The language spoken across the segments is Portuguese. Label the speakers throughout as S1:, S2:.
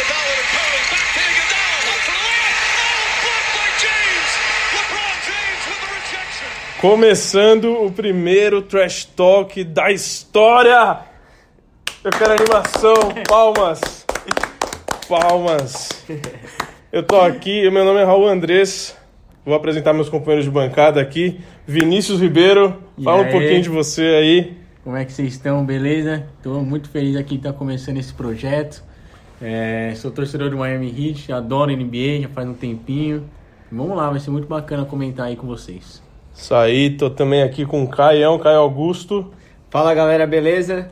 S1: Oh,
S2: Começando o primeiro Trash Talk da história! Eu quero animação, palmas! Palmas! Eu tô aqui, meu nome é Raul Andrés, vou apresentar meus companheiros de bancada aqui. Vinícius Ribeiro,
S3: E
S2: fala um
S3: aí?
S2: pouquinho de você aí.
S3: Como é que vocês estão? Beleza? Tô muito feliz aqui de estar começando esse projeto. É, sou torcedor do Miami Heat, adoro NBA, já faz um tempinho. Vamos lá, vai ser muito bacana comentar aí com vocês.
S2: Isso aí, tô também aqui com o Caião, Caio Augusto.
S4: Fala galera, beleza?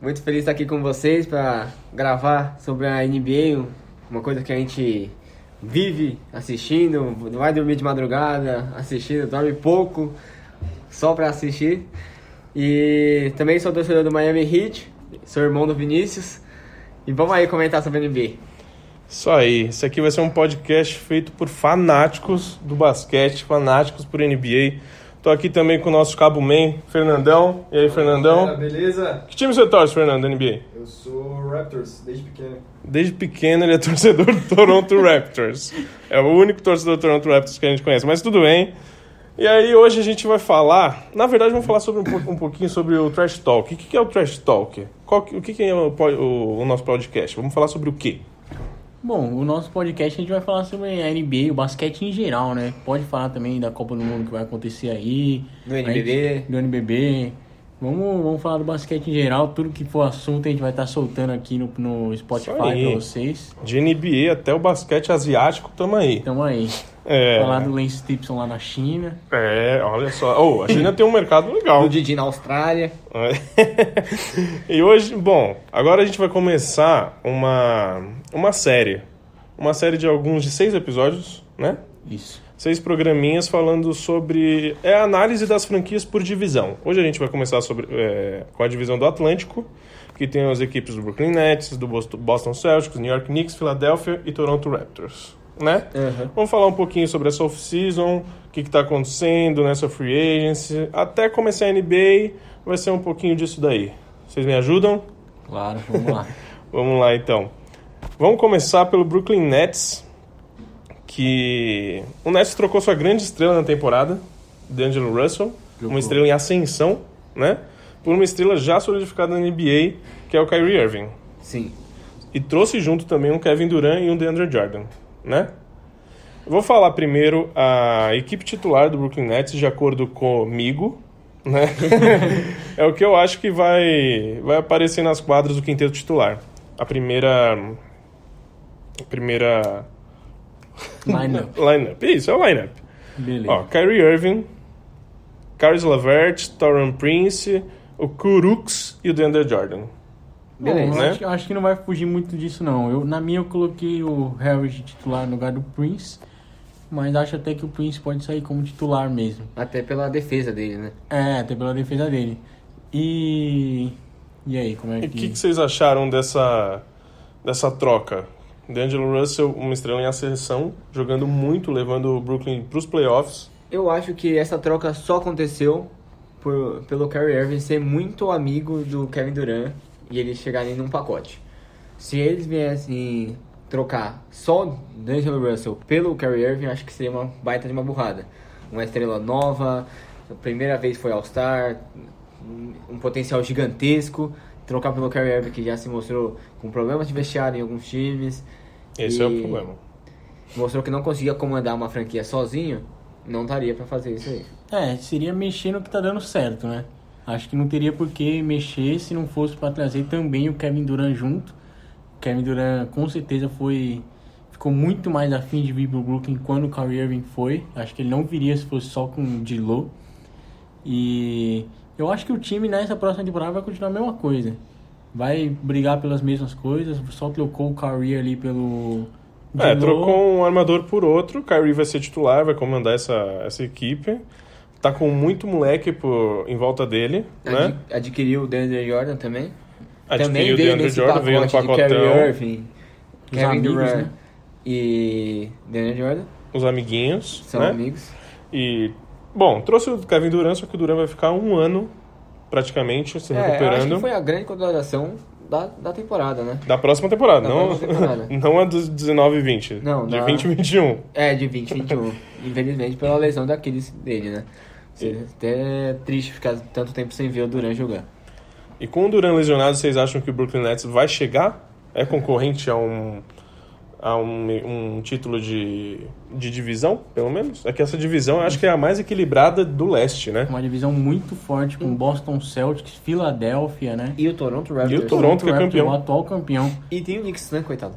S4: Muito feliz de estar aqui com vocês para gravar sobre a NBA, um- uma coisa que a gente vive assistindo, não vai dormir de madrugada, assistindo, dorme pouco, só para assistir. E também sou torcedor do Miami Heat, sou irmão do Vinícius, e vamos aí comentar sobre a NBA.
S2: Isso aí, esse aqui vai ser um podcast feito por fanáticos do basquete, fanáticos por NBA. Tô aqui também com o nosso Cabo Man, Fernandão. E aí,
S5: Galera,
S2: Fernandão?
S5: beleza?
S2: Que time você torce, Fernando, da NBA?
S5: Eu sou Raptors, desde pequeno.
S2: Desde pequeno ele é torcedor do Toronto Raptors. É o único torcedor do Toronto Raptors que a gente conhece, mas tudo bem. E aí hoje a gente vai falar, na verdade vamos falar sobre um, pouco- um pouquinho sobre o Trash Talk. O que que é o Trash Talk? Qual que- o que que é o, po- o- o nosso podcast? Vamos falar sobre o quê?
S3: Bom, o nosso podcast a gente vai falar sobre a NBA, o basquete em geral, né? Pode falar também da Copa do Mundo que vai acontecer aí.
S4: Do NBB.
S3: do NBB. Vamos, vamos falar do basquete em geral, tudo que for assunto a gente vai estar soltando aqui no, no Spotify
S2: aí.
S3: pra vocês.
S2: De NBA até o basquete asiático, tamo aí.
S3: Então aí,
S2: É,
S3: falar do Lance Tipson lá na China.
S2: é olha só. Oh, a China tem um mercado legal. É.
S4: Do Didi na Austrália,
S2: e hoje, bom, agora a gente vai começar uma, uma série. Uma série de alguns de seis episódios, né?
S3: Isso.
S2: Seis programinhas falando sobre. É a análise das franquias por divisão. Hoje a gente vai começar sobre, é, com a divisão do Atlântico, que tem as equipes do Brooklyn Nets, do Boston- Boston Celtics, New York Knicks, Philadelphia e Toronto Raptors. Né? Vamos falar um pouquinho sobre essa off-season, o que está acontecendo nessa free agency. Até começar a NBA, vai ser um pouquinho disso daí. Vocês me ajudam?
S3: Claro, vamos lá.
S2: Vamos lá então. Vamos começar pelo Brooklyn Nets, que o Nets trocou sua grande estrela na temporada, D'Angelo Russell, uma
S3: Trocou.
S2: estrela em ascensão, né? Por uma estrela já solidificada na NBA, que é o Kyrie Irving.
S4: sim.
S2: E trouxe junto também um Kevin Durant e um DeAndre Jordan, né? Eu Vou falar primeiro a equipe titular do Brooklyn Nets, de acordo comigo, né? é o que eu acho que vai, vai aparecer nas quadras do quinteto titular. A primeira... A primeira
S3: Lineup.
S2: lineup. Isso, é o lineup.
S3: Beleza.
S2: Ó, Kyrie Irving, Caris LeVert, Tauran Prince, o Kuruks e o DeAndre Jordan.
S3: Bom,
S4: Beleza.
S3: eu
S2: né?
S3: acho, eu acho que não vai fugir muito disso, não. Eu, na minha, eu coloquei o Harris de titular no lugar do Prince, mas acho até que o Prince pode sair como titular mesmo.
S4: Até pela defesa dele, né?
S3: É, até pela defesa dele. E. E aí, como é
S2: E
S3: que.
S2: o que, que vocês acharam dessa, dessa troca? D'Angelo Russell, uma estrela em ascensão, jogando muito, levando o Brooklyn para os playoffs.
S4: Eu acho que essa troca só aconteceu por, pelo Kyrie Irving ser muito amigo do Kevin Durant e eles chegarem num pacote. Se eles viessem trocar só D'Angelo Russell pelo Kyrie Irving, acho que seria uma baita de uma burrada. Uma estrela nova, a primeira vez foi All-Star, um- um potencial gigantesco. Trocar pelo Kyrie Irving, que já se mostrou com problemas de vestiário em alguns times.
S2: Esse é o
S4: E-
S2: problema.
S4: Mostrou que não conseguia comandar uma franquia sozinho, não daria pra fazer isso aí.
S3: É, seria mexer no que tá dando certo, né? Acho que não teria por que mexer se não fosse pra trazer também o Kevin Durant junto. O Kevin Durant com certeza foi ficou muito mais afim de vir pro Brooklyn quando o Kyrie Irving foi. Acho que ele não viria se fosse só com o Dilo. E eu acho que o time nessa próxima temporada vai continuar a mesma coisa. Vai brigar pelas mesmas coisas, só trocou o Kyrie ali pelo
S2: É,
S3: Dilo.
S2: trocou um armador por outro, Kyrie vai ser titular, vai comandar essa, essa equipe. Tá com muito moleque por, em volta dele,
S4: Ad-
S2: né?
S4: Adquiriu o DeAndre Jordan também.
S2: Adquiriu
S4: também
S2: o DeAndre Jordan, veio no
S4: pacote de Kyrie
S2: pacotão,
S4: Irving,
S3: Os
S4: Kevin
S3: amigos,
S4: Durant
S3: né?
S4: e DeAndre Jordan.
S2: os amiguinhos,
S4: São
S2: né?
S4: amigos.
S2: E, bom, trouxe o Kevin Durant, só que o Durant vai ficar um ano, praticamente, se
S4: É, eu acho
S2: recuperando.
S4: que foi a grande contratação da, da temporada, né?
S2: Da próxima temporada,
S4: Da
S2: não,
S4: próxima temporada.
S2: não a dos 19 e 20.
S4: Não,
S2: de
S4: da-
S2: 20 e 21.
S4: É, de 2021. infelizmente, pela lesão daqueles dele, né? Seria até é triste ficar tanto tempo sem ver o Duran jogar.
S2: E com o Duran lesionado, vocês acham que o Brooklyn Nets vai chegar? É concorrente a um, a um, um título de, de divisão, pelo menos? É que essa divisão eu acho que é a mais equilibrada do leste, né?
S3: Uma divisão muito forte com Boston Celtics, Filadélfia, né?
S4: E o Toronto Raptors.
S2: E o Toronto, que é
S3: Raptors,
S2: campeão.
S3: O atual campeão.
S4: E tem o Knicks, né, coitado?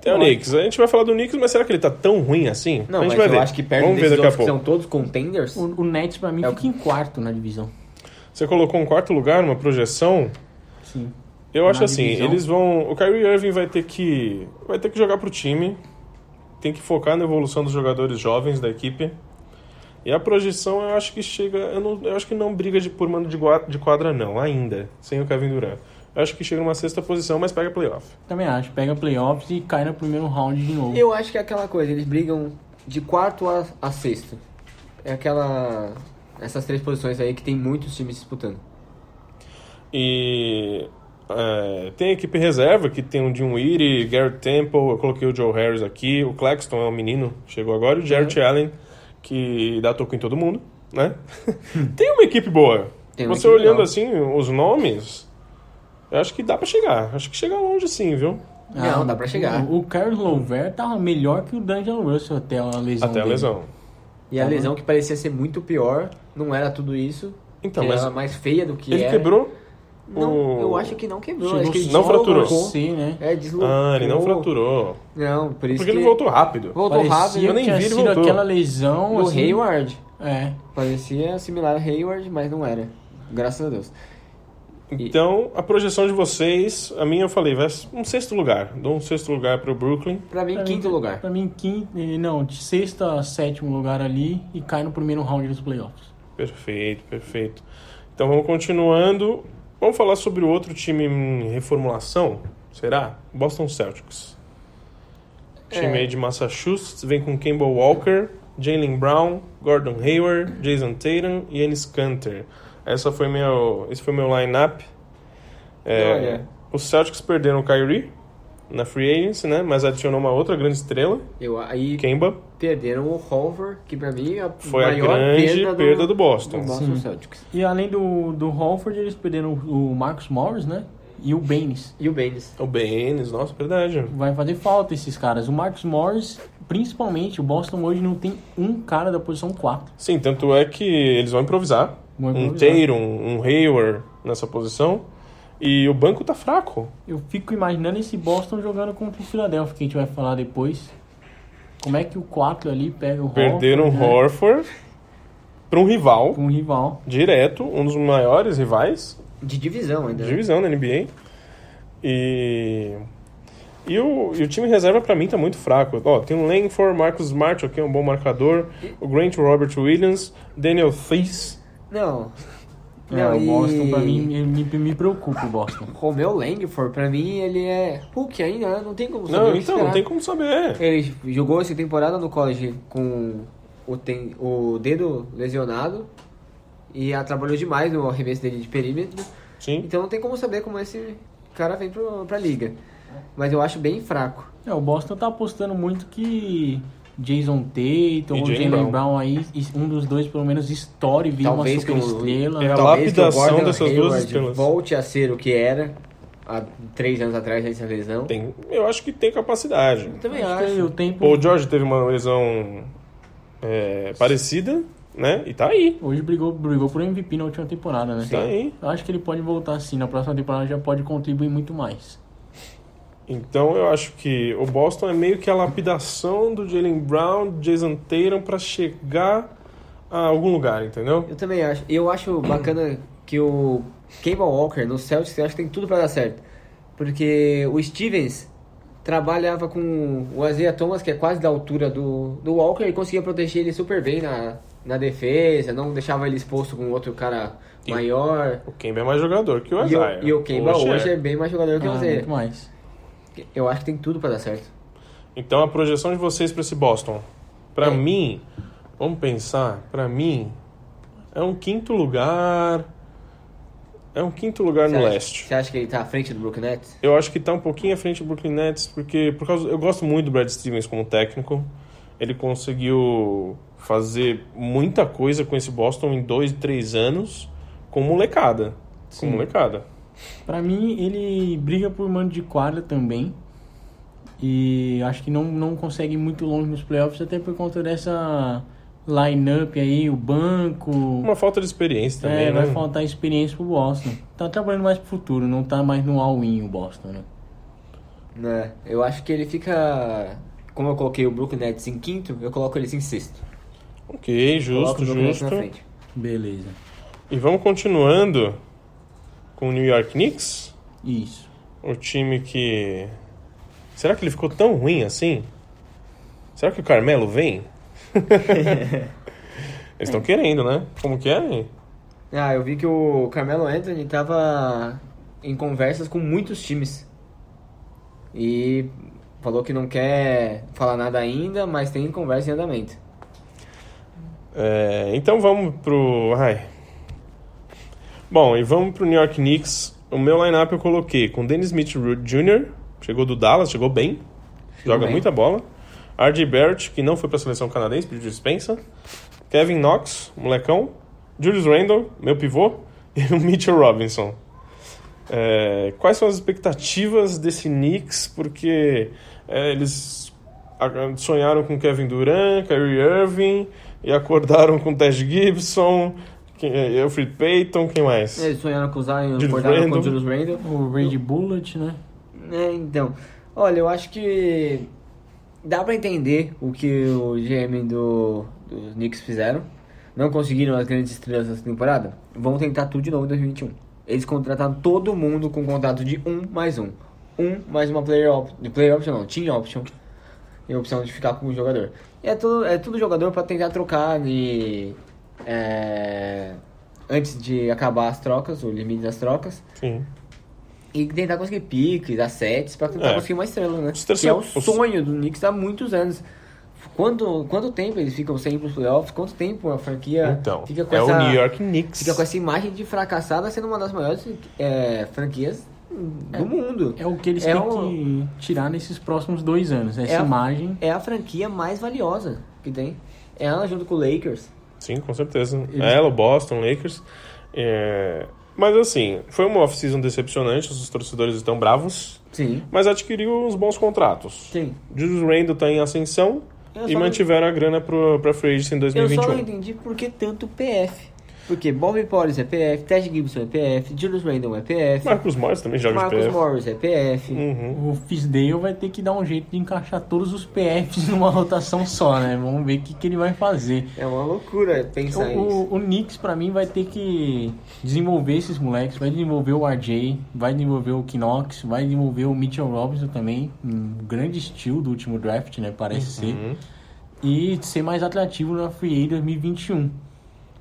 S2: Tem o Knicks. A gente vai falar do Knicks, mas será que ele tá tão ruim assim?
S4: Não,
S2: a gente
S4: mas
S2: vai
S4: eu
S2: ver.
S4: acho que perto
S2: Vamos ver
S4: desses
S2: daqui a
S4: outros que
S2: pouco.
S4: são todos contenders,
S3: O, o Nets, pra mim,
S4: É o-
S3: fica em quarto na divisão.
S2: Você colocou um quarto lugar, uma projeção.
S3: Sim.
S2: Eu
S3: Na
S2: acho assim,
S3: divisão.
S2: eles vão. O Kyrie Irving vai ter que. Vai ter que jogar pro time. Tem que focar na evolução dos jogadores jovens da equipe. E a projeção eu acho que chega. Eu, não, eu acho que não briga de, por mano de, gua- de quadra, não, ainda. Sem o Kevin Durant. Eu acho que chega numa sexta posição, mas pega playoff.
S3: Também acho. Pega playoffs e cai no primeiro round de novo.
S4: Eu acho que é aquela coisa, eles brigam de quarto a, a sexto. É aquela. Essas três posições aí que tem muitos times disputando.
S2: E é, tem a equipe reserva, que tem o Jim Weedy, Garrett Temple, eu coloquei o Joe Harris aqui, o Claxton é um menino, chegou agora, e o
S4: Uhum.
S2: Jarrett Allen, que dá toco em todo mundo, né? tem uma equipe boa.
S4: Tem uma
S2: Você
S4: equipe
S2: olhando
S4: boa.
S2: assim os nomes, eu acho que dá pra chegar. Acho que chega longe sim, viu?
S4: Não, dá pra chegar.
S3: Ah, O, o Carlos Louvert tava melhor que o D'Angelo Russell até a lesão
S2: Até a
S3: dele.
S2: lesão.
S4: E a
S3: Tá bom.
S4: lesão que parecia ser muito pior, não era tudo isso.
S2: Então,
S4: que
S2: mas
S4: era mais feia do que
S2: ele
S4: era.
S2: quebrou
S4: É, Não,
S2: o-
S4: eu acho que não quebrou.
S3: Chegou
S4: acho que
S3: só
S2: Não fraturou.
S4: deslocou.
S3: Sim, né?
S4: É, deslocou.
S2: Ah, ele não fraturou.
S4: Não, por isso
S2: Porque
S4: que...
S2: ele voltou rápido.
S4: Voltou rápido.
S3: Parecia
S2: Eu
S3: que
S2: nem
S3: tinha
S2: vi, ele
S3: sido
S2: voltou.
S3: aquela lesão...
S4: O
S3: assim,
S4: Hayward
S3: É.
S4: parecia similar a Hayward, mas não era. Graças a Deus.
S2: Então, a projeção de vocês, a minha eu falei, vai um sexto lugar. Dou um sexto lugar pro Brooklyn.
S4: Pra mim,
S3: Pra mim-
S4: quinto lugar.
S3: Pra mim, quinto... eh, Não, de sexto a sétimo lugar ali e cai no primeiro round dos playoffs.
S2: Perfeito, perfeito. Então vamos continuando. Vamos falar sobre o outro time em reformulação? Será? Boston Celtics.
S4: É.
S2: Time aí de Massachusetts, vem com Kemba Walker, Jalen Brown, Gordon Hayward, Jason Tatum e Ennis Canter. Essa foi meu, esse foi meu line-up. É,
S4: Olha.
S2: Os Celtics perderam o Kyrie na free agency, né? Mas adicionou uma outra grande estrela,
S4: Eu, aí
S2: Kemba.
S4: perderam o Hoover, que pra mim é a
S2: Foi a
S4: maior
S2: grande
S4: perda, do,
S2: perda do Boston.
S4: do Boston
S3: Sim.
S4: Celtics.
S3: E além do, do Holford, eles perderam o Marcus Morris, né? E o Baines.
S4: E o Baines.
S2: O Benes, nossa, verdade.
S3: Vai fazer falta esses caras. O Marcus Morris, principalmente, o Boston hoje não tem um cara da posição 4.
S2: Sim, tanto é que eles vão improvisar.
S3: Vão
S2: Um
S3: improvisar.
S2: Tatum, um Hayward nessa posição. E o banco tá fraco.
S3: Eu fico imaginando esse Boston jogando contra o Philadelphia, que a gente vai falar depois. Como é que o 4 ali pega o
S2: Perderam o
S3: Horford, né?
S2: Horford para um rival
S3: Com um rival.
S2: direto, um dos maiores rivais
S4: De divisão ainda.
S2: de
S3: É.
S4: né?
S2: divisão da NBA. E, e, o, e o time reserva pra mim tá muito fraco. Ó, tem o Langford, Marcus Smart, que é um bom marcador, o Grant Robert Williams, Daniel Thies.
S4: Não.
S3: É, o
S4: e-
S3: Boston, pra mim, me, me, me preocupa o Boston.
S4: Romeu Langford, pra mim, ele é Hulk ainda, né? Não tem como saber
S2: Não,
S4: o que
S2: então,
S4: esperar.
S2: não tem como saber.
S4: Ele jogou essa temporada no college com o, ten- o dedo lesionado e ah, trabalhou demais no arremesso dele de perímetro.
S2: Sim.
S4: Então não tem como saber como esse cara vem pro, pra liga. Mas eu acho bem fraco.
S3: É, o Boston tá apostando muito que Jason Tatum
S2: E
S3: ou
S2: Jaylen Brown.
S3: Jalen Brown. aí, e um dos dois pelo menos estoure e vira uma
S4: Talvez que o-
S3: superestrela. né? Então,
S2: É, a
S4: Talvez que o
S2: lapidação
S4: Gordon
S2: dessas duas
S4: Hayward
S2: estrelas.
S4: Volte a ser o que era há três anos atrás dessa lesão.
S2: Tem, eu acho que tem capacidade.
S4: Eu também
S3: Acho que
S4: acho.
S3: o tempo...
S2: O George teve uma lesão é, parecida, né? E tá aí.
S3: Hoje brigou, brigou por um MVP na última temporada, né?
S2: Tá aí.
S3: Eu acho que ele pode voltar sim. Na próxima temporada já pode contribuir muito mais.
S2: Então eu acho que o Boston é meio que a lapidação do Jalen Brown, do Jason Tatum pra chegar a algum lugar, entendeu?
S4: Eu também acho. E eu acho bacana que o Kemba Walker no Celtics eu acho que tem tudo pra dar certo. Porque o Stevens trabalhava com o Isaiah Thomas, que é quase da altura do, do Walker, e conseguia proteger ele super bem na, na defesa, não deixava ele exposto com outro cara
S2: E-
S4: maior.
S2: O Kemba é mais jogador que o
S4: E
S2: Isaiah.
S4: o, e o Kemba
S2: Hoje
S4: hoje,
S2: é.
S4: é bem mais jogador que o
S3: Ah,
S4: Isaiah.
S3: muito mais.
S4: Eu acho que tem tudo pra dar certo.
S2: Então a projeção de vocês pra esse Boston, Pra
S4: É.
S2: mim, vamos pensar, pra mim é um quinto lugar, é um quinto lugar no
S4: acha,
S2: leste.
S4: Você acha que ele tá à frente do Brook Nets?
S2: Eu acho que tá um pouquinho à frente do Brooklyn Nets, porque por causa, eu gosto muito do Brad Stevens como técnico. Ele conseguiu fazer muita coisa com esse Boston em dois, três anos com molecada. Com molecada.
S3: Pra mim, ele briga por mando de quadra também. E acho que não, não consegue ir muito longe nos playoffs, até por conta dessa line-up aí, o banco.
S2: Uma falta de experiência também,
S3: é,
S2: né?
S3: vai faltar experiência pro Boston. Tá trabalhando mais pro futuro, não tá mais no all-in o Boston, né?
S4: Né? Eu acho que ele fica. Como eu coloquei o Brooklyn Nets em quinto, eu coloco eles em sexto.
S2: Ok,
S4: Coloco
S2: justo,
S4: o Brooklyn Nets na
S2: justo.
S4: frente.
S3: Beleza.
S2: E vamos continuando com o New York Knicks,
S3: Isso.
S2: o time que. Será que ele ficou tão ruim assim? Será que o Carmelo vem? Eles estão querendo, né? Como que é?
S4: Ah, eu vi que o Carmelo Anthony tava em conversas com muitos times. E falou que não quer falar nada ainda, mas tem conversa em andamento.
S2: É, então vamos pro. Ai. Bom, e vamos pro New York Knicks. O meu lineup eu coloquei com Dennis Mitchell Jr., chegou do Dallas, chegou bem, joga
S4: bem.
S2: muita bola. R.J. Barrett, que não foi pra seleção canadense, pediu dispensa. Kevin Knox, molecão. Julius Randle, meu pivô. E o Mitchell Robinson. É, quais são as expectativas desse Knicks? Porque é, eles a- sonharam com Kevin Durant, Kyrie Irving e acordaram com Taj Gibson, que- é, Alfred Payton, quem mais?
S4: Eles sonharam com o Zion,
S2: Julius
S4: acordaram com
S2: Randle.
S4: o Julius Randle.
S3: O Red Bullet, né?
S4: É, então. Olha, eu acho que dá pra entender o que o GM do, dos Knicks fizeram. Não conseguiram as grandes estrelas nessa temporada. Vão tentar tudo de novo em 2021. Eles contrataram todo mundo com contrato de um mais um. Um mais uma player option. Player option não, team option. E a opção de ficar com o jogador. E é tudo, é tudo jogador pra tentar trocar de. é, antes de acabar as trocas, o limite das trocas.
S2: Sim.
S4: E tentar conseguir piques, assets, pra tentar
S2: É.
S4: conseguir uma estrela, né?
S2: Os terceiros-
S4: Que é o
S2: os-
S4: sonho do Knicks há muitos anos. Quanto, quanto tempo eles ficam sem ir pros playoffs? Quanto tempo a franquia
S2: Então,
S4: fica, com
S2: é
S4: essa,
S2: o New York Knicks.
S4: fica com essa imagem de fracassada sendo uma das maiores é, franquias do mundo?
S3: É o que eles
S4: É
S3: têm
S4: o-
S3: que tirar nesses próximos dois anos. né? Essa
S4: É a-
S3: imagem.
S4: É a franquia mais valiosa que tem. É ela junto com o Lakers.
S2: Sim, com certeza. Ela, o Boston, Lakers. É, Mas assim, foi uma off-season decepcionante, os torcedores estão bravos,
S4: Sim.
S2: mas adquiriu uns bons contratos.
S4: Sim.
S2: Julius Randle está tá em ascensão
S4: Eu
S2: e
S4: só não-
S2: mantiveram a grana pro, pra Free Agency em
S4: Eu só
S2: 2021.
S4: não entendi por que tanto PF. Porque Bobby Portis é PF, Tash Gibson é PF, Julius Randle é PF,
S2: Marcos Morris também joga
S4: Marcus
S2: de PF.
S4: Morris é PF.
S2: Uhum.
S3: O Fisdale vai ter que dar um jeito de encaixar todos os PFs numa rotação só, né? Vamos ver o que, que ele vai fazer.
S4: É uma loucura
S3: O,
S4: pensar nisso.
S3: o, o Knicks, pra mim, vai ter que desenvolver esses moleques. Vai desenvolver o RJ, vai desenvolver o Knox, vai desenvolver o Mitchell Robinson também. Um grande estilo do último draft, né? Parece ser. E ser mais atrativo na Free Agent 2021.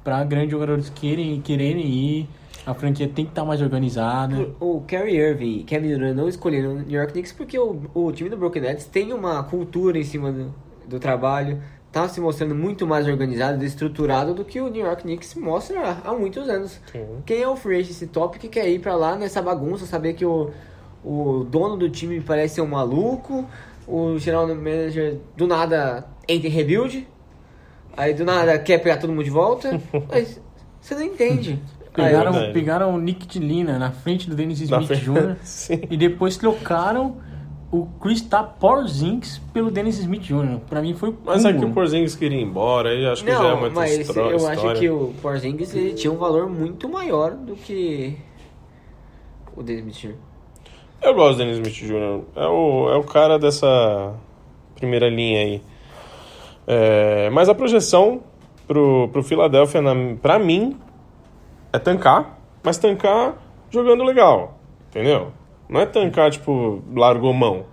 S3: Pra grandes jogadores querem, quererem ir. A franquia tem que estar mais
S2: né?
S3: organizada.
S4: O Kyrie Irving e Kevin Durant não escolheram o New York Knicks porque o, o time do Brooklyn Nets tem uma cultura em cima do, do trabalho, tá se mostrando muito mais organizado, estruturado do que o New York Knicks mostra há- há muitos anos.
S2: Sim.
S4: Quem é o free agent esse top que quer ir pra lá nessa bagunça, saber que o, o dono do time parece ser um maluco, o general manager do nada entra em rebuild, aí do nada quer pegar todo mundo de volta, mas você não entende. Aí-
S2: Pegaram-
S3: Pegaram,
S2: É verdade.
S3: pegaram o Nick Tilina na frente do Dennis
S2: Na
S3: Smith
S2: frente-
S3: Jr.
S2: Sim.
S3: E depois trocaram o Kristaps Porzingis pelo Dennis Smith Jr. Pra mim foi o
S2: Mas é que o
S3: cúmulo.
S2: Porzingis queria ir embora, aí acho que já é
S4: Não,
S2: uma
S4: mas
S2: mas
S4: eu acho que o Porzingis ele tinha um valor muito maior do que o Dennis Mitchell.
S2: Eu gosto do Dennis Smith Jr. É o, é o cara dessa primeira linha aí. É, mas a projeção pro, pro Philadelphia, na, pra mim, é tancar, mas tancar jogando legal, entendeu? Não é tancar, tipo, largou mão.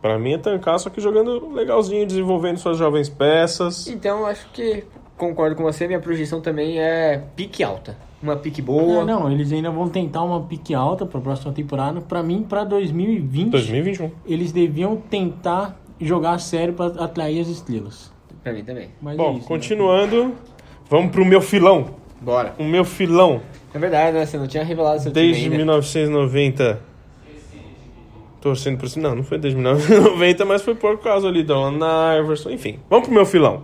S2: Pra mim é tancar, só que jogando legalzinho, desenvolvendo suas jovens peças.
S4: Então eu acho que concordo com você, minha projeção também é pique alta. Uma pique
S3: Não,
S4: boa.
S3: É, não, eles ainda vão tentar uma pique alta pra próxima temporada. Pra mim, pra 2020,
S2: 2021.
S3: eles deviam tentar jogar a sério pra atrair as estrelas.
S4: Pra mim também.
S3: Mas é
S2: Bom,
S3: isso, né?
S2: continuando, vamos pro meu filão.
S4: Bora.
S2: O meu filão.
S4: É verdade, né? Você não tinha revelado seu
S2: Desde
S4: time ainda.
S2: 1990. Torcendo por cima. Não, não foi desde 1990, mas foi por causa ali do Allen Iverson. Enfim, vamos pro meu filão.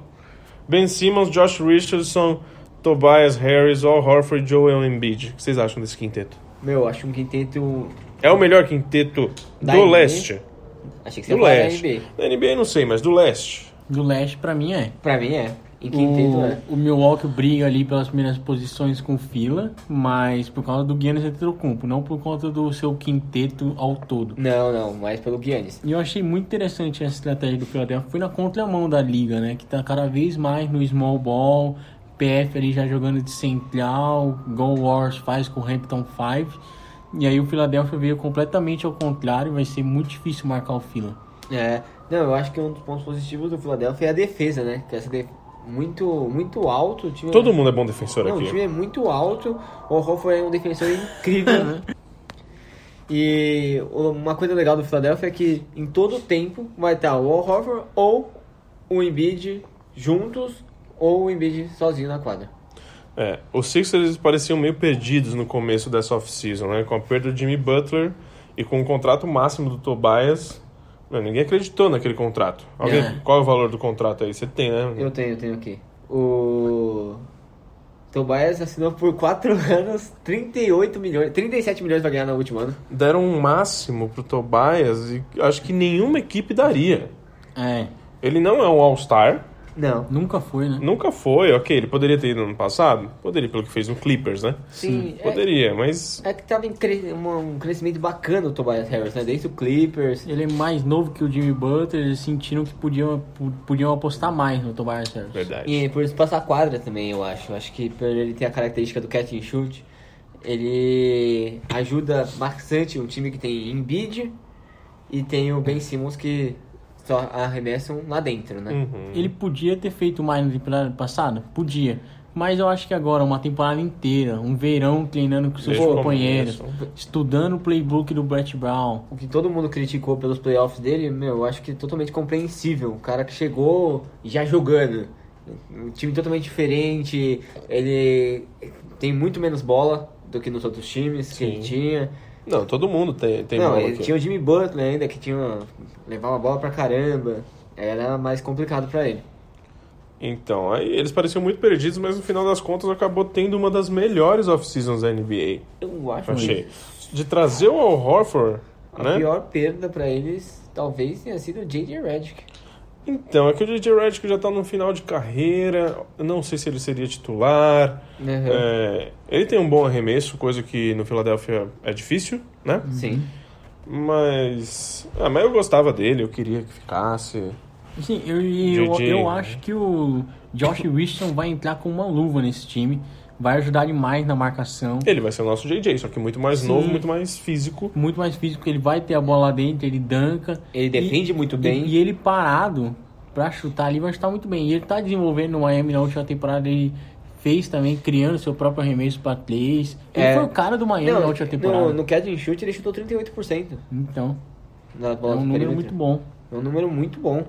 S2: Ben Simmons, Josh Richardson, Tobias Harris, Al Horford, Joel Embiid. O que vocês acham desse quinteto?
S4: Meu, acho um quinteto.
S2: É o melhor quinteto
S4: Da
S2: do
S4: NBA?
S2: leste.
S4: Achei que você
S2: Do
S4: falou da
S2: leste.
S4: NBA.
S2: Da NBA não sei, mas do leste.
S3: Do leste, pra mim, é.
S4: Pra mim é. Em quinteto é.
S3: O, o Milwaukee briga ali pelas primeiras posições com fila, mas por causa do Giannis Antetokounmpo, não por conta do seu quinteto ao todo.
S4: Não, não, mas pelo Giannis.
S3: E eu achei muito interessante essa estratégia do Philadelphia. Foi na contramão da liga, né? Que tá cada vez mais no small ball. PF ali já jogando de central. Go Wars faz com o Hampton 5. E aí o Philadelphia veio completamente ao contrário. Vai ser muito difícil marcar o fila.
S4: É. Não, eu acho que um dos pontos positivos do Philadelphia é a defesa, né? Que essa def... muito, muito alto. o Time...
S2: Todo mundo é bom defensor
S4: Hum. Não, o time
S2: aqui.
S4: é muito alto. O Hofford é um defensor incrível, né? E uma coisa legal do Philadelphia é que em todo tempo vai estar o Hofford ou o Embiid juntos ou o Embiid sozinho na quadra.
S2: É, os Sixers pareciam meio perdidos no começo dessa off-season, né? Com a perda do Jimmy Butler e com o contrato máximo do Tobias. Mano, ninguém acreditou naquele contrato. Alguém-
S3: É.
S2: Qual é o valor do contrato aí? Você tem, né?
S4: Eu tenho, eu tenho aqui. O Tobias assinou por 4 anos, 38 milhões, 37 milhões vai ganhar no último ano.
S2: Deram um máximo pro Tobias e acho que nenhuma equipe daria.
S3: É,
S2: Ele não é um All-Star,
S4: Não.
S3: nunca foi, né?
S2: nunca foi, ok. Ele poderia ter ido no ano passado? Poderia, pelo que fez no Clippers, né?
S4: Sim, é,
S2: Poderia, mas
S4: é que tava em cre- uma- um crescimento bacana o Tobias Harris, né? Desde o Clippers.
S3: Ele é mais novo que o Jimmy Butler. Eles sentiram que podiam, pu- podiam apostar mais no Tobias Harris.
S2: Verdade.
S4: E por isso passa a quadra também, eu acho. Acho que por ele ter a característica do catch and shoot, ele ajuda bastante um time que tem Embiid e tem o Ben Simmons que só arremessam lá dentro, né?
S2: Uhum.
S3: Ele podia ter feito mais na temporada passada? Podia. Mas eu acho que agora, uma temporada inteira, um verão treinando com seus
S2: Desde o
S3: companheiros,
S2: começo.
S3: estudando o playbook do Brett Brown,
S4: O que todo mundo criticou pelos playoffs dele, meu, eu acho que é totalmente compreensível. O cara que chegou já jogando. Um time totalmente diferente. Ele tem muito menos bola do que nos outros times que ele
S2: Sim.
S4: tinha.
S2: Não, todo mundo tem, tem
S4: Não,
S2: bola
S4: ele
S2: aqui.
S4: tinha o Jimmy Butler ainda, que tinha. levava a bola pra caramba. Era mais complicado pra ele.
S2: Então, aí eles pareciam muito perdidos, mas no final das contas acabou tendo uma das melhores off-seasons da NBA,
S4: Eu acho
S2: eu achei. De trazer o Al Horford,
S4: A
S2: né?
S4: pior perda pra eles talvez tenha sido o J.J. Redick.
S2: Então, é que o J.J. Redick já tá no final de carreira, eu não sei se ele seria titular.
S4: Uhum.
S2: É, ele tem um bom arremesso, coisa que no Philadelphia é difícil, né?
S3: Uhum.
S4: Sim.
S2: Mas... Ah, mas eu gostava dele, eu queria que ficasse.
S3: Sim, Assim, eu, e eu,
S2: JJ,
S3: eu
S2: né?
S3: acho que o Josh Richardson vai entrar com uma luva nesse time. Vai ajudar demais na marcação.
S2: Ele vai ser o nosso J.J., só que muito mais
S3: Sim.
S2: novo, muito mais físico.
S3: Muito mais físico, ele vai ter a bola lá dentro, ele danca.
S4: Ele defende muito
S3: e-
S4: bem.
S3: E ele parado pra chutar ali vai chutar muito bem. E ele tá desenvolvendo no Miami na última temporada. Ele fez também, criando seu próprio arremesso pra três. Ele
S4: É.
S3: foi o cara do Miami na última temporada.
S4: No, no catch and shoot ele chutou 38%
S3: Então,
S4: na
S3: é
S4: bola
S3: um
S4: do
S3: número
S4: perímetro.
S3: muito bom.
S4: É um número muito bom.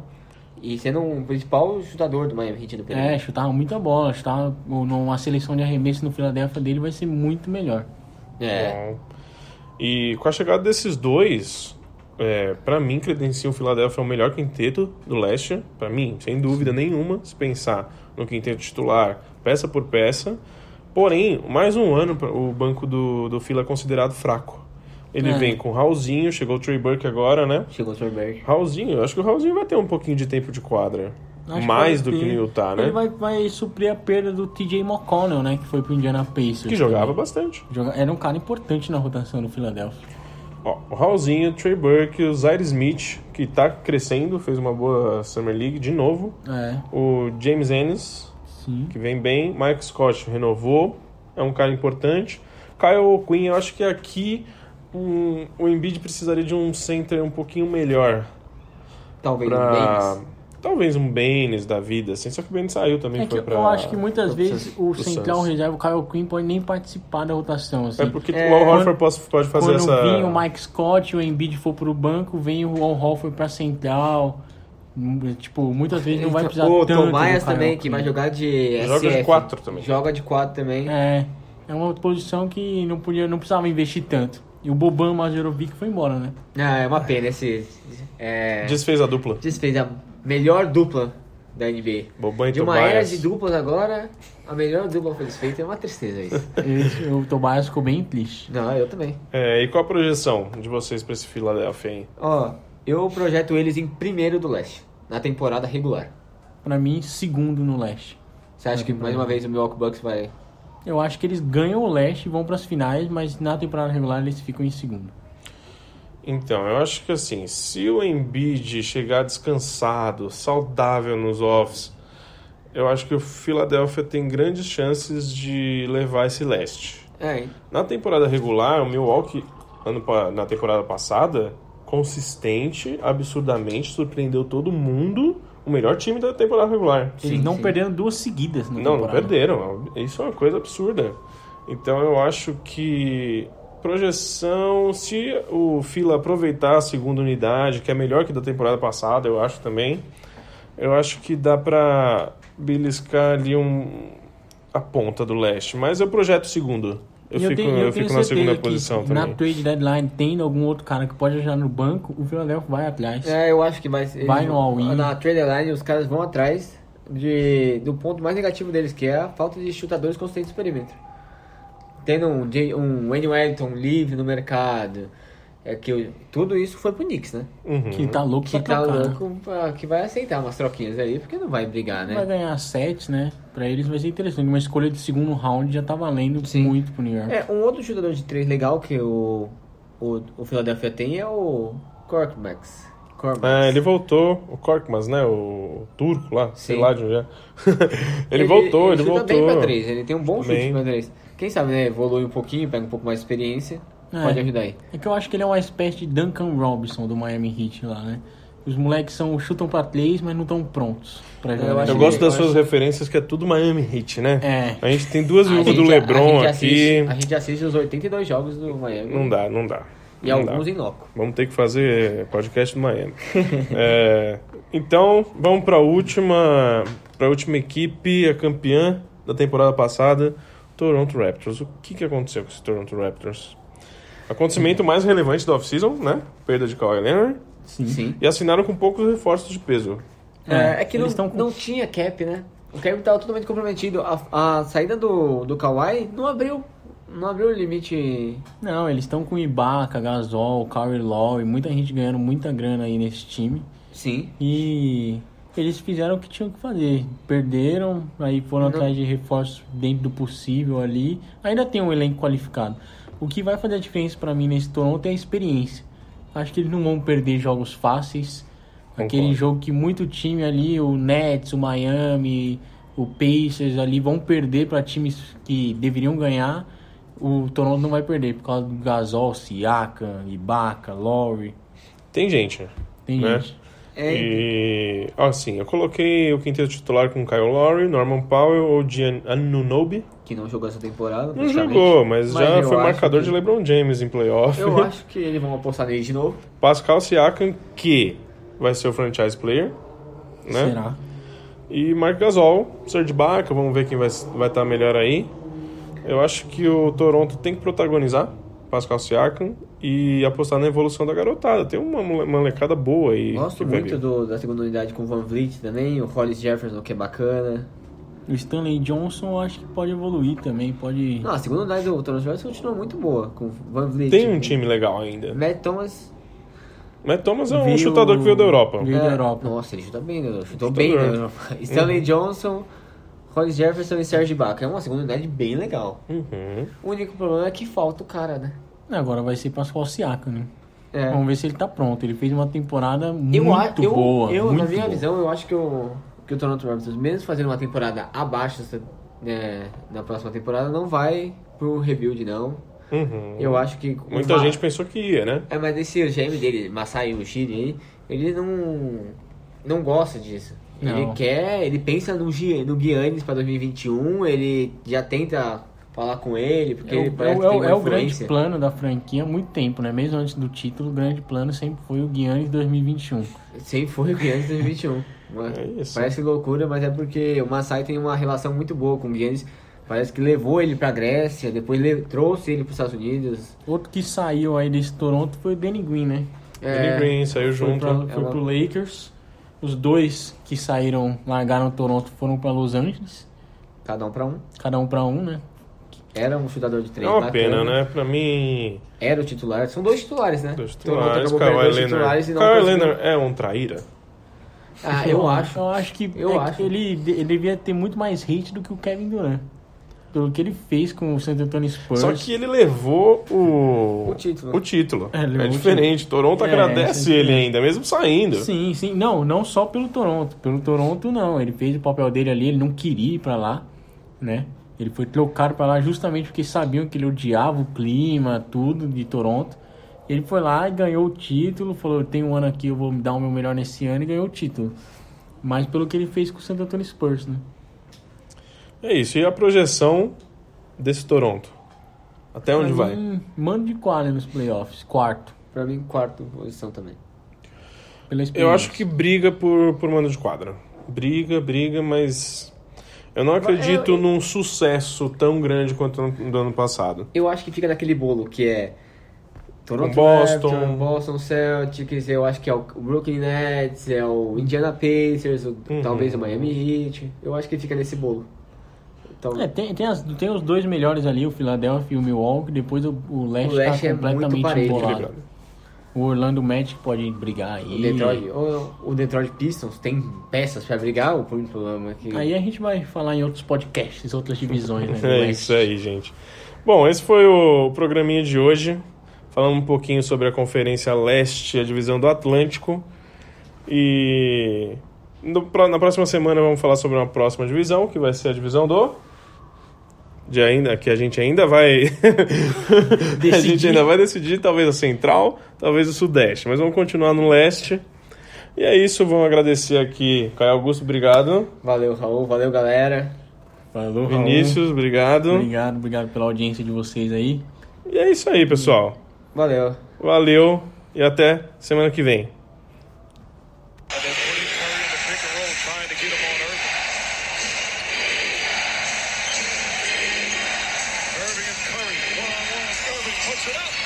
S4: E sendo o principal chutador do Miami Heat do
S3: É,
S4: perímetro.
S3: chutava muita bola. Chutava, numa seleção de arremesso no Philadelphia dele vai ser muito melhor.
S4: É.
S2: Bom. E com a chegada desses dois, é, para mim, credencia o Philadelphia ao melhor quinteto do leste. Para mim, sem dúvida nenhuma, se pensar no quinteto titular, peça por peça. Porém, mais um ano pra- o banco do, do Fila é considerado fraco. Ele
S3: É.
S2: vem com o Raulzinho, chegou o Trey Burke agora, né?
S4: Chegou o Sorberg.
S2: Raulzinho, eu acho que o Raulzinho vai ter um pouquinho de tempo de quadra.
S3: Acho que
S2: mais do
S3: vai
S2: que
S3: ter.
S2: no Utah,
S3: Ele
S2: né?
S3: vai, vai suprir a perda do TJ McConnell, né? Que foi pro Indiana Pacers.
S2: Que jogava bastante.
S3: Joga- Era um cara importante na rotação do Philadelphia.
S2: Ó, o Raulzinho, o Trey Burke, o Zaire Smith, que tá crescendo, fez uma boa Summer League de novo.
S3: É,
S2: O James Ennis,
S3: sim.
S2: que vem bem. Mike Scott renovou, é um cara importante. Kyle Quinn, eu acho que aqui hum, o Embiid precisaria de um center um pouquinho melhor.
S4: Talvez o
S2: Pra...
S4: Baines.
S2: Talvez um Baines da vida, assim. Só que o Baines saiu também,
S3: É que
S2: foi pra...
S3: eu acho que muitas
S4: pro
S3: vezes o
S2: pro
S3: central
S2: Suns.
S3: reserva, o Kyle Quinn, pode nem participar da rotação, assim.
S2: É porque
S4: É,
S2: o Al Horford
S3: quando-
S2: pode, pode fazer
S3: Quando
S2: essa...
S3: vir o Mike Scott e o Embiid for pro banco, vem o Al Hofford pra central. Hum, Tipo, muitas vezes não vai precisar
S4: Então, o
S3: tanto do
S4: Tobias
S3: Kyle
S4: também, que vai
S3: Quinn.
S4: jogar de
S2: Joga de
S4: SF.
S2: quatro também.
S4: Joga de 4 também.
S3: É, é uma posição que não, podia, não precisava investir tanto. E o Boban Majorovic foi embora, né?
S4: Ah, é uma pena esse... É...
S2: Desfez a dupla.
S4: Desfez a melhor dupla da NBA.
S2: Boban e
S4: de uma
S2: Tobias.
S4: era de duplas agora, a melhor dupla foi desfeita. É uma tristeza isso.
S3: Esse- o Tobias ficou bem triste.
S4: Não, eu também.
S2: É, e qual a projeção de vocês pra esse Philadelphia, hein?
S4: Ó, eu projeto eles em primeiro do leste, na temporada regular.
S3: Pra mim, segundo no leste.
S4: Você acha que, mais uma vez, o Milwaukee Bucks vai...
S3: Eu acho que eles ganham o leste e vão pras finais, mas na temporada regular eles ficam em segundo.
S2: Então, eu acho que assim, se o Embiid chegar descansado, saudável nos offs, eu acho que o Philadelphia tem grandes chances de levar esse leste.
S4: É, hein?
S2: Na temporada regular, o Milwaukee, ano pa- na temporada passada, consistente, absurdamente, surpreendeu todo mundo, o melhor time da temporada regular.
S3: Eles
S4: Sim,
S3: não
S4: sim.
S3: perderam duas seguidas na
S2: Não, não
S3: temporada.
S2: perderam. Isso é uma coisa absurda. Então eu acho que projeção, se o Fila aproveitar a segunda unidade, que é melhor que da temporada passada, eu acho também, eu acho que dá pra beliscar ali um a ponta do leste. Mas eu projeto segundo. Eu,
S3: E
S2: fico,
S3: tenho-
S2: eu
S3: tenho
S2: fico na
S3: certeza
S2: segunda
S3: que
S2: posição
S3: Na
S2: também.
S3: trade deadline, tendo algum outro cara que pode ajudar no banco, o Philadelphia vai atrás.
S4: É, eu acho que vai ser.
S3: Vai no all-in.
S4: Na trade line, os caras vão atrás de, do ponto mais negativo deles, que é a falta de chutadores consistentes do perímetro. Tendo um, Jay- um Wayne Wellington livre no mercado. É que o- tudo isso foi pro Knicks, né?
S2: Uhum.
S3: Que tá louco
S4: Que
S3: pra
S4: tá
S3: trocar.
S4: louco, pra- que vai aceitar umas troquinhas aí, porque não vai brigar,
S3: Vai
S4: né?
S3: ganhar sete, né? Pra eles vai ser interessante. Uma escolha de segundo round já tá valendo
S4: Sim.
S3: muito pro New York.
S4: É, um outro chutador de três legal que o, o, o Philadelphia tem é o Corkmax. Corkmax.
S2: É, ele voltou, o Korkmaz, né? O turco lá, sei
S4: Sim.
S2: lá de onde é. ele, voltou, ele,
S4: chuta
S2: voltou.
S4: bem pra três, ele tem um bom
S2: Também.
S4: chute pra três. Quem sabe, né, evolui um pouquinho, pega um pouco mais de experiência,
S3: É.
S4: pode ajudar aí.
S3: É que eu acho que ele é uma espécie de Duncan Robinson do Miami Heat lá, né? Os moleques são, chutam pra três, mas não estão prontos pra
S4: Eu
S3: jogar.
S4: acho
S2: Eu
S4: Sim,
S2: gosto das
S4: eu
S2: suas referências que é tudo Miami Heat, né?
S3: É.
S2: A gente tem duas
S4: A
S2: viúvas
S4: gente-
S2: do LeBron
S4: a gente
S2: aqui.
S4: Assiste, a gente assiste os 82 jogos do Miami
S2: Não dá, não dá.
S4: e
S2: Não
S4: alguns
S2: dá.
S4: em loco.
S2: Vamos ter que fazer podcast do Miami. É, então, vamos para a última, pra última equipe, a campeã da temporada passada, Toronto Raptors. O que, que aconteceu com esse Toronto Raptors? Acontecimento mais relevante da off-season, né? Perda de Kawhi Leonard.
S3: Sim.
S4: Sim.
S2: E assinaram com poucos reforços de peso.
S3: É,
S4: É, é que não,
S3: eles tão com-
S4: não tinha cap, né? O cap tava totalmente comprometido. A, a saída do, do Kawhi não abriu. Não abriu o limite.
S3: Não, eles estão com Ibaka, Gasol, Kawhi Law e muita gente ganhando muita grana aí nesse time.
S4: Sim.
S3: E eles fizeram o que tinham que fazer. Perderam, aí foram
S4: Uhum.
S3: atrás de reforços dentro do possível ali. Ainda tem um elenco qualificado. O que vai fazer a diferença pra mim nesse Toronto é a experiência. Acho que eles não vão perder jogos fáceis. Aquele
S2: Concordo.
S3: jogo que muito time ali, o Nets, o Miami, o Pacers ali vão perder pra times que deveriam ganhar. O Toronto não vai perder por causa do Gasol, Siaka, Ibaka, Lowry.
S2: Tem gente.
S3: Tem
S2: Né?
S3: gente.
S4: É,
S2: E, assim, eu coloquei o quinteto titular com Kyle Lowry, Norman Powell ou Gian Anunobi.
S4: Que não jogou essa temporada.
S2: Não
S4: praticamente.
S2: jogou, mas,
S4: Mas
S2: já
S4: eu
S2: foi
S4: acho
S2: marcador
S4: que-
S2: de LeBron James em playoff.
S4: Eu acho que eles vão apostar nele de novo.
S2: Pascal Siakam, que vai ser o franchise player, né?
S3: Será?
S2: E Mark Gasol, Serge Baca, vamos ver quem vai estar vai tá melhor aí. Eu acho que o Toronto tem que protagonizar Pascal Siakam e apostar na evolução da garotada. Tem uma mole- molecada boa aí. que
S4: Gosto
S2: vai
S4: muito
S2: vir.
S4: do- da segunda unidade com o Van Vliet também, o Hollis Jefferson, que é bacana.
S3: O Stanley Johnson eu acho que pode evoluir também, pode.
S4: Não, a segunda unidade do Toronto Jefferson continua muito boa, com o Van Vliet.
S2: Tem
S4: com
S2: um time legal ainda.
S4: Matt Thomas.
S2: Mas Thomas é um
S3: Veio-
S2: chutador que veio da Europa.
S3: Veio é da Europa.
S4: é, Nossa, ele chuta bem, né? chutou bem na
S2: bem.
S4: Europa. Stanley Johnson, Hollis Jefferson e Serge Baca. É uma segunda unidade bem legal.
S2: Uhum.
S4: O único problema é que falta o cara, né?
S3: Agora vai ser Pascoal Siaka, né?
S4: É.
S3: Vamos ver se ele tá pronto. Ele fez uma temporada muito
S4: eu, a- eu,
S3: boa.
S4: eu,
S3: muito
S4: na minha
S3: boa.
S4: visão, eu acho que o, que o Toronto Raptors, mesmo fazendo uma temporada abaixo dessa- né, na próxima temporada, não vai pro rebuild, não.
S2: Uhum.
S4: Eu acho que. o
S2: Muita
S4: Ma-
S2: gente pensou que ia, né?
S4: É, mas esse GM dele, Masai Ujiri aí, ele não. não gosta disso. Ele
S3: Não.
S4: quer. Ele pensa no, Gi- no Giannis pra 2021, ele já tenta falar com ele, porque
S3: É o-
S4: ele parece
S3: é
S4: que
S3: o-
S4: tem uma
S3: é o grande
S4: influência.
S3: plano da franquia há muito tempo, né? Mesmo antes do título, o grande plano sempre foi o Guianes 2021.
S4: Sempre foi o Giannis 2021. Uma-
S2: É isso.
S4: um. Parece loucura, mas é porque o Masai tem uma relação muito boa com o Giannis. Parece que levou ele pra Grécia, depois le- trouxe ele pros Estados Unidos.
S3: Outro que saiu aí desse Toronto foi o Danny Green, né?
S4: É,
S2: Danny Green saiu
S3: Foi,
S2: junto.
S3: pra, foi
S4: Ela-
S3: pro Lakers. Os dois que saíram, largaram Toronto, foram para Los Angeles,
S4: Cada um pra um.
S3: cada um para um, né?
S4: Era um chutador de
S2: É
S4: três.
S2: uma
S4: bacana.
S2: pena, né? Pra mim.
S4: Era o titular. São dois titulares, né?
S2: Dois
S4: Toronto
S2: titulares,
S4: acabou perdendo
S2: Kawhi
S4: dois
S2: Leonard.
S4: titulares e não
S2: Kawhi
S4: conseguiu-
S2: Leonard é um traíra?
S4: Ah, eu acho.
S3: é Eu acho que,
S4: Eu
S3: é que
S4: acho.
S3: Ele, de- ele devia ter muito mais hate do que o Kevin Durant. Pelo que ele fez com o San Antonio Spurs.
S2: Só que ele levou o.
S4: O título.
S2: O título.
S3: É,
S2: É,
S3: levou o
S2: diferente. Toronto
S3: É,
S2: agradece
S3: sim.
S2: ele ainda, mesmo saindo.
S3: Sim, sim. Não, não só pelo Toronto. Pelo Toronto, não. Ele fez o papel dele ali, ele não queria ir pra lá, né? Ele foi trocado pra lá justamente porque sabiam que ele odiava o clima, tudo de Toronto. Ele foi lá e ganhou o título, falou, tem um ano aqui, eu vou dar o meu melhor nesse ano e ganhou o título. Mas pelo que ele fez com o Santo Antonio Spurs, né?
S2: É isso. E a projeção desse Toronto? Até onde
S3: Pra
S2: vai?
S3: mim, um Mando de quadra nos playoffs, quarto.
S4: Pra mim, quarto posição também.
S3: Pela
S2: Eu
S3: experiência.
S2: acho que briga por, por mando de quadra. Briga, briga, mas. Eu não acredito
S4: eu-
S2: num sucesso tão grande quanto no- do ano passado.
S4: Eu acho que fica naquele bolo que é. Toronto
S2: Boston.
S4: Raptors, Boston Celtics, eu acho que é o Brooklyn Nets, é o Indiana Pacers, o-
S2: Uhum.
S4: talvez o Miami Heat. Eu acho que fica nesse bolo. Então,
S3: É, tem, tem, as- tem os dois melhores ali, o Philadelphia e o Milwaukee. Depois o, o Leste,
S4: O Leste
S3: tá
S4: é muito
S3: completamente
S4: parelho.
S3: embolado.
S2: Equilibrado.
S3: O Orlando Magic pode brigar aí.
S4: o Detroit, o, o Detroit Pistons tem peças pra brigar, o único problema é que
S3: Aí a gente vai falar em outros podcasts, outras divisões, né? do
S2: É
S3: Leste.
S2: isso aí, gente. Bom, esse foi o programinha de hoje. Falando um pouquinho sobre a Conferência Leste, a divisão do Atlântico. E no pró- na próxima semana vamos falar sobre uma próxima divisão, que vai ser a divisão do. De ainda, que a gente ainda vai. a gente
S3: Decidir.
S2: ainda vai decidir, talvez a Central, talvez o Sudeste. Mas vamos continuar no Leste. E é isso, vamos agradecer aqui, Caio Augusto, obrigado.
S4: Valeu, Raul. Valeu, galera.
S3: Falou, Raul.
S2: Vinícius, obrigado.
S3: Obrigado, obrigado pela audiência de vocês aí.
S2: E é isso aí, pessoal.
S4: Valeu.
S2: Valeu e até semana que vem.
S1: And then Brady Curry in the pick and roll trying to get him on Irving. Irving and Curry, one on one. Irving puts it up.